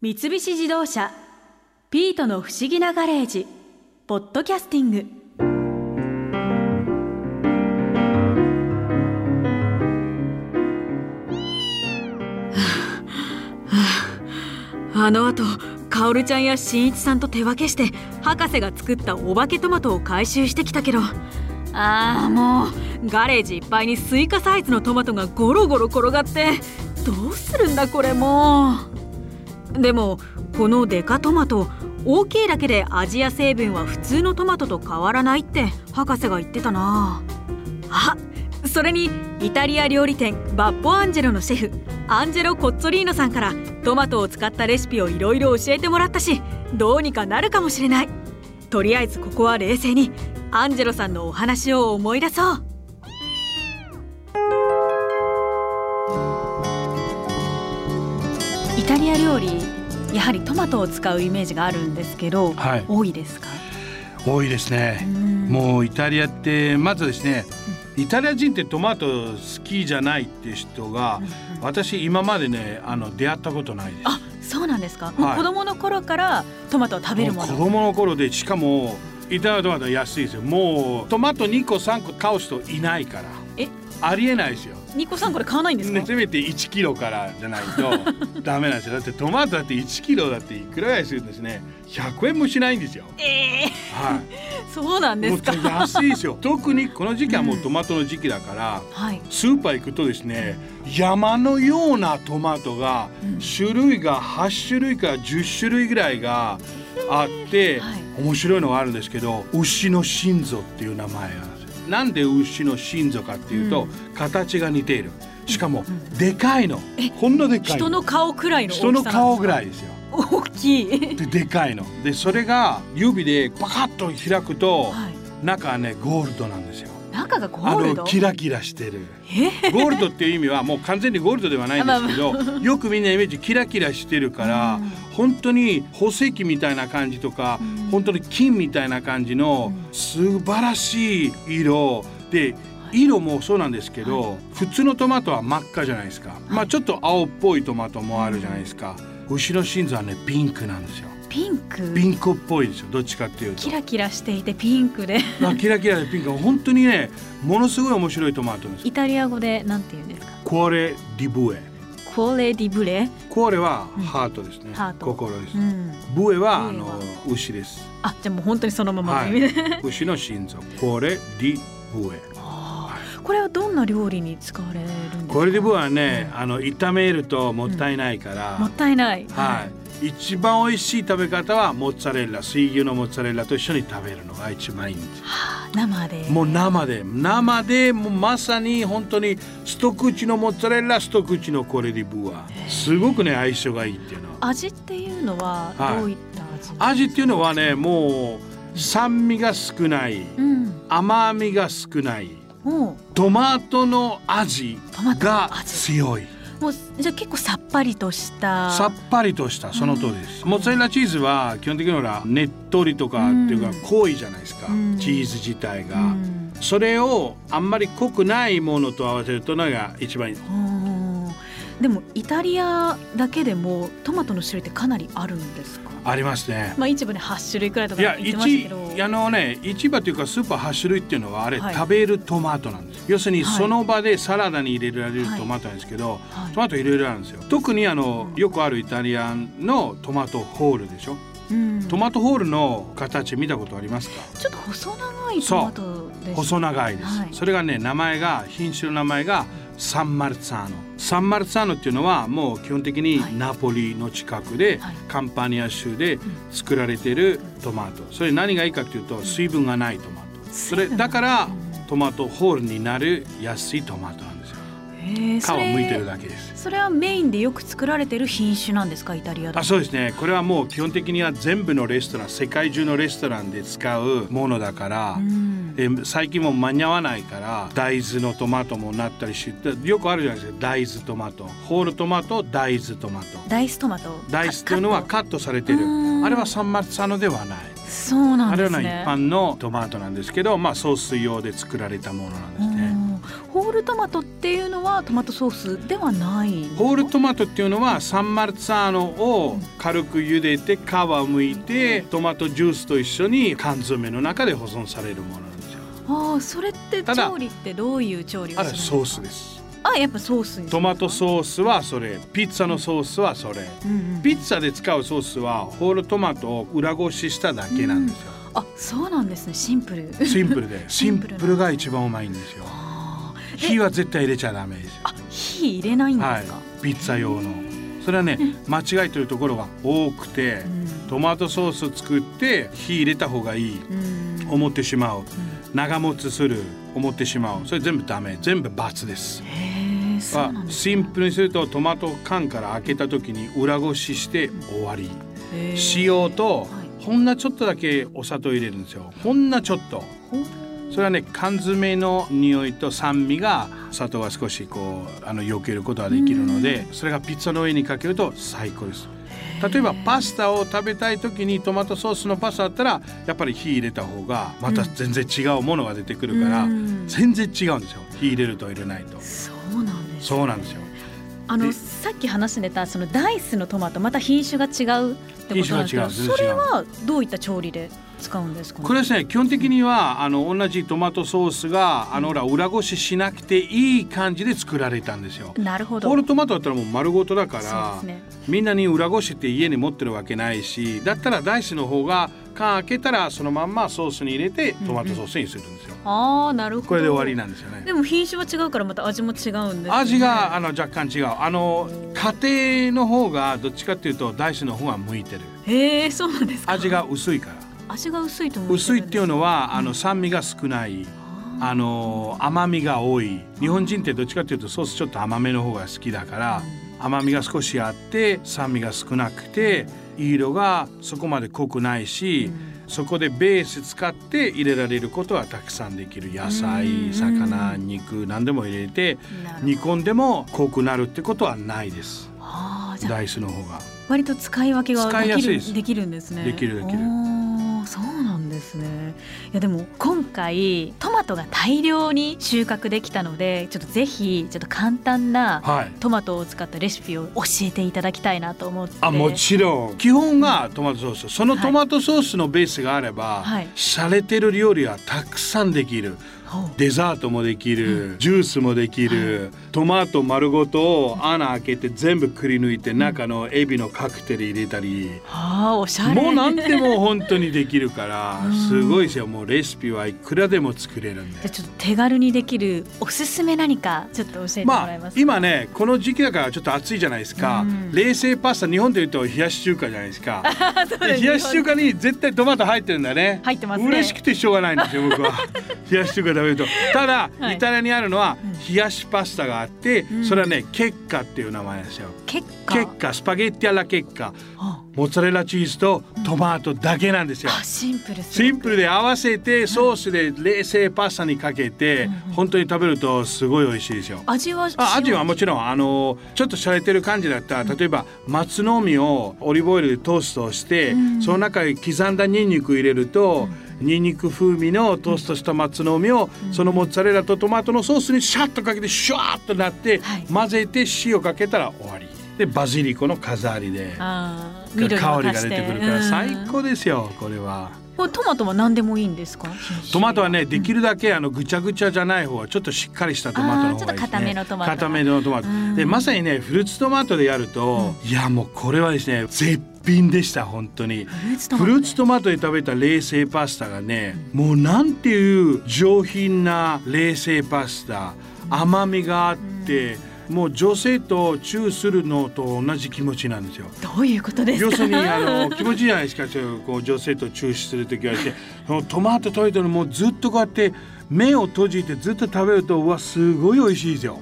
三菱自動車「ピートの不思議なガレージ」ポッドキャスティング あの後カオルちゃんやしんいちさんと手分けして博士が作ったお化けトマトを回収してきたけどああもうガレージいっぱいにスイカサイズのトマトがゴロゴロ転がってどうするんだこれもうでもこのデカトマト大きいだけで味や成分は普通のトマトと変わらないって博士が言ってたなあそれにイタリア料理店バッポアンジェロのシェフアンジェロ・コッツォリーノさんからトマトを使ったレシピをいろいろ教えてもらったしどうにかなるかもしれないとりあえずここは冷静にアンジェロさんのお話を思い出そうイタリア料理やはりトマトを使うイメージがあるんですけど、はい多いですか多いですねもうイタリアってまずですねイタリア人ってトマト好きじゃないって人が私今までねあの出会ったことないですあそうなんですか、いもう子供の頃からトマトを食べるももう子の供の頃でしかもイタリアのトマトは安いですよもうトマト2個3個倒す人いないからえありえないですよニコさんこれ買わないんですか、ねせめて1キロからじゃないと ダメなんですよだってトマトだって1キロだっていくらぐらいするんですね100円もしないんですよええはそうなんいですかもう安いですよ特にこの時期はもうトマトの時期だから、はいスーパー行くとですね山のようなトマトが種類が8種類から10種類ぐらいがあって、はい面白いのがあるんですけど牛の心臓っていう名前なんですよなんで牛の心臓かっていうと、形が似ているしかもでかいの、ほんのでかい人の顔くらいの大きさ人の顔ぐいらいですよ大きいででかいのでそれが指でパカッと開くと、はい中はねゴールドなんですよ中がゴあールのドキラキラしてるゴールドっていう意味はもう完全にゴールドではないんですけど、よくみんなイメージキラキラしてるから、本当に宝石みたいな感じとか、本当に金みたいな感じの素晴らしい色で色もそうなんですけど、普通のトマトは真っ赤じゃないですか、まあちょっと青っぽいトマトもあるじゃないですか牛の心臓はねピンクなんですよピンクピンクっぽいですよどっちかっていうとキラキラしていてピンクであキラキラでピンク本当にねものすごい面白いトマトですイタリア語でなんて言うんですかこれリブエコーレディブレコーレはハートですね。ハート心です。うんブエはあブエはの牛です。あじゃあもう本当にそのままはの意味で、い。牛の心臓。コーレディブエ。これはどんな料理に使われるんですかコーレディブエはね、あの炒めるともったいないから。もったいないはい。一番美味しい食べ方はモッツァレッラ、水牛のモッツァレッラと一緒に食べるのが一番いいんです。生でもう生で、生でもうまさに本当に一口のモッツァレッラ、一口のコーレディブエはすごくね相性がいいっていうのは。味っていうのははいどういった味、味っていうのはねもう酸味が少ないうん甘みが少ないもトマトの味トマトがの味強いうもうじゃあ結構さっぱりとしたさっぱりとしたその通りです、モッツァレラチーズは基本的にはねっとりとかっていうかうん濃いじゃないですか、うんチーズ自体が、うんそれをあんまり濃くないものと合わせるとのが一番いいうんでもイタリアだけでもトマトの種類ってかなりあるんですかありますねまあ市場で8種類くらいとかいや言ってました一けどあのね市場というかスーパー8種類っていうのはあれ、はい食べるトマトなんです要するにはいその場でサラダに入れられるはいトマトなんですけど、はいトマトいろいろあるんですよ特にあのよくあるイタリアンのトマトホールでしょうんトマトホールの形見たことありますかちょっと細長いトマトです細長いです、はいそれがね名前が品種の名前がサンマルツァーノサンマルツァーノっていうのはもう基本は的いにナポリの近くで、はいカンパニア州で作られてるトマトそれ何がいいかっていうと水分がないトマトそれだからトマトホールになる安いトマトなんですよへえ皮そをれ剥いてるだけですそれはメインでよく作られてる品種なんですかイタリアであそうですねこれはもう基本的には全部のレストラン世界中のレストランで使うものだから、うんえー最近もう間に合わないから大豆のトマトもなったりしてよくあるじゃないですか大豆トマトホールトマト大豆トマトダイストマト大豆っていうのはカカットされてるうんあれはサンマルツァーノではないそうなあんでれはす一ね般のトマトなんですけどまあソース用で作られたものなんですねうんホーールトマトっていうのはトマトソースではないホールトマトっていうのはサンマルツァーノを軽く茹でて皮むいてトマトジュースと一緒に缶詰の中で保存されるものなんですよああそれってただ調理ってどういう調理をあすれるんですかソースですあやっぱソースにトマトーソースはそれピッツァのソースはそれス、うんうんピッツァで使うソースはホールトマトを裏ごししただけなんですよ、あそうなんですねシンプルシンプルでシシンンプルなプルが一番うまいんですよあー火は絶対入れちゃダメですよあ火入れないんではいすか、、ピッツァ用のそれはね間違いというところが多くてうんトマトソース作って火入れた方がいいうん思ってしまうう長持ちする思ってしまうそれ全部ダメ全部×ですんへえそうなんあですシンプルにするとトマト缶から開けた時に裏ごしして終わりへー塩とはいほんのちょっとだけお砂糖入れるんですよほんのちょっとほうそれはね缶詰の匂いと酸味が砂糖が少しこうあの避けることができるのでそれがピッツァの上にかけると最高です例えばパスタを食べたい時にトマトソースのパスタだったらやっぱり火入れた方がまた全然違うものが出てくるから、うん全然違うんですよ火入れると入れないとそうなんですねそうなんですよあでのさっき話してたそのダイスのトマトまた品種が違うってことなんですけど品種が違う全然違うそれはどういった調理で使うんですかねこれですね基本的にはあの同じトマトソースがあのほら裏ごししなくていい感じで作られたんですよなるほどホールトマトだったらもう丸ごとだからそうですねみんなに裏ごしって家に持ってるわけないしだったらダイスの方が缶開けたらそのまんまソースに入れてトマトソースにするんですよ、ああなるほどこれで終わりなんですよねでも品種は違うからまた味も違うんです、ね、味があの若干違うあの家庭の方がどっちかっていうとダイスの方が向いてるへえそうなんですか味が薄いから味が薄いと思う薄いっていうのはあの酸味が少ないあの甘みが多い日本人ってどっちかっていうとソースちょっと甘めの方が好きだから甘みが少しあって酸味が少なくて色がそこまで濃くないし、そこでベース使って入れられることはたくさんできる野う菜ん魚肉何でも入れてなるほど煮込んでも濃くなるってことはないですあーじゃあダイスの方が割と使い分けが使いでやきすいるですできるんですね。できるできおるーそうなんですね。いやでも今回トマトが大量に収穫できたので、ちょっとぜひちょっと簡単なはいトマトを使ったレシピを教えていただきたいなと思って。あもちろん基本がトマトソースそのトマトソースのベースがあれば、はい洒落てる料理はたくさんできるほうデザートもできる、ジュースもできる、トマト丸ごとを穴開けて全部くり抜いて中のエビのカクテル入れたり、あーおしゃれ。もう何 でも本当にできるからうんすごいですよもうレシピはいくらでも作れるんじゃあで。ちょっと手軽にできるおすすめ何かちょっと教えてもまらえまあすか。今ねこの時期だからちょっと暑いじゃないですか、うん冷製パスタ日本でいうと冷やし中華じゃないですかそうでです冷やし中華に絶対トマト入ってるんだね入ってますね嬉しくてしょうがないんですよ 僕は冷やし中華食べるとただ、はいイタリアにあるのはうん冷やしパスタがあって、んそれはねケッカっていう名前なんですよ結果ケッカスパゲッティアラケッカあモッツァレラチーズとトマトだけなんですよ、あシンプルシンル。プルで合わせてソースで冷製パスタにかけて、本当に食べるとすごい美味しいですよ。味はあアジは塩もちろんあのちょっと洒落てる感じだったら例えば松の実をオリーブオイルでトーストして、その中に刻んだニンニク入れると、ニンニク風味のトーストした松の実を、そのモッツァレラとトマトのソースにシャッとかけてシュワーッとなって、はい混ぜて塩かけたら終わりでバジリコの飾りであー香り緑もが足出しててくるから最高ですよこれは。これトマトは何でもいいんですかトマトはねできるだけあのぐちゃぐちゃじゃない方はちょっとしっかりしたトマトの方がいいですねあーちょっと固めのトマト固めのトマトでまさにねフルーツトマトでやると、いやもうこれはですね絶品でした本当にフルーツトマトフルーツトマトで食べた冷製パスタがねもうなんていう上品な冷製パスタ甘みがあってもう女性とチューするのと同じ気持ちなんですよどういうことです要かするにあの気持ちいいじゃないですかちょっとこう女性と注視する時はしてそのトマト食べてるのもうずっとこうやって目を閉じてずっと食べるとうわすごい美味しいですよ。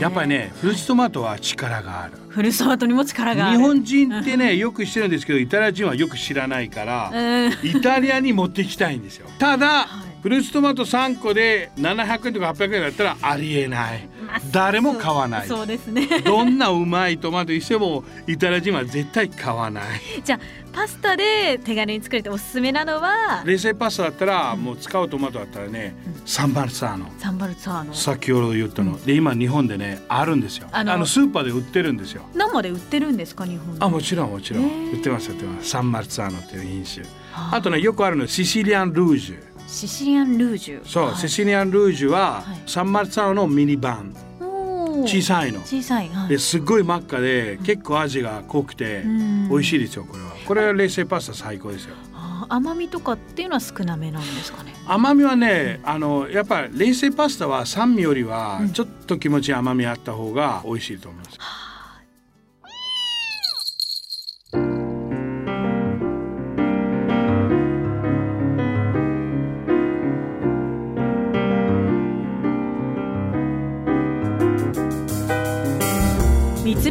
やっぱりねフルーツトマトは力がある。 フルーツトマトにも力日がある本人ってねよくしてるんですけどイタリア人はよく知らないからうんイタリアに持っていきたいんですよ。ただフルーツトマト3個で700円とか800円だったらありえない誰も買わないそうですね どんなうまいトマトにしてもイタリア人は絶対買わないじゃあパスタで手軽に作れておすすめなのは冷製パスタだったらもう使うトマトだったらね、サンバルツァーノサンバルツァーノ先ほど言ったの、で今日本でねあるんですよああののスーパーで売ってるんですよ生で売ってるんですか日本であもちろんもちろへんー売ってます売ってますサンマルツァーノっていう品種はああとねよくあるのはシシリアンルージュシシリアンルージュそう、はいシシリアンルージュはは、いサンマルツァーノのミニ版おー小さいの小さいはいですっごい真っ赤で結構味が濃くてうん美味しいですよこれはこれは冷製パスタ最高ですよあー甘みとかっていうのは少なめなんですかね甘みはねあのやっぱ冷製パスタは酸味よりはちょっと気持ち甘みあった方が美味しいと思います、三菱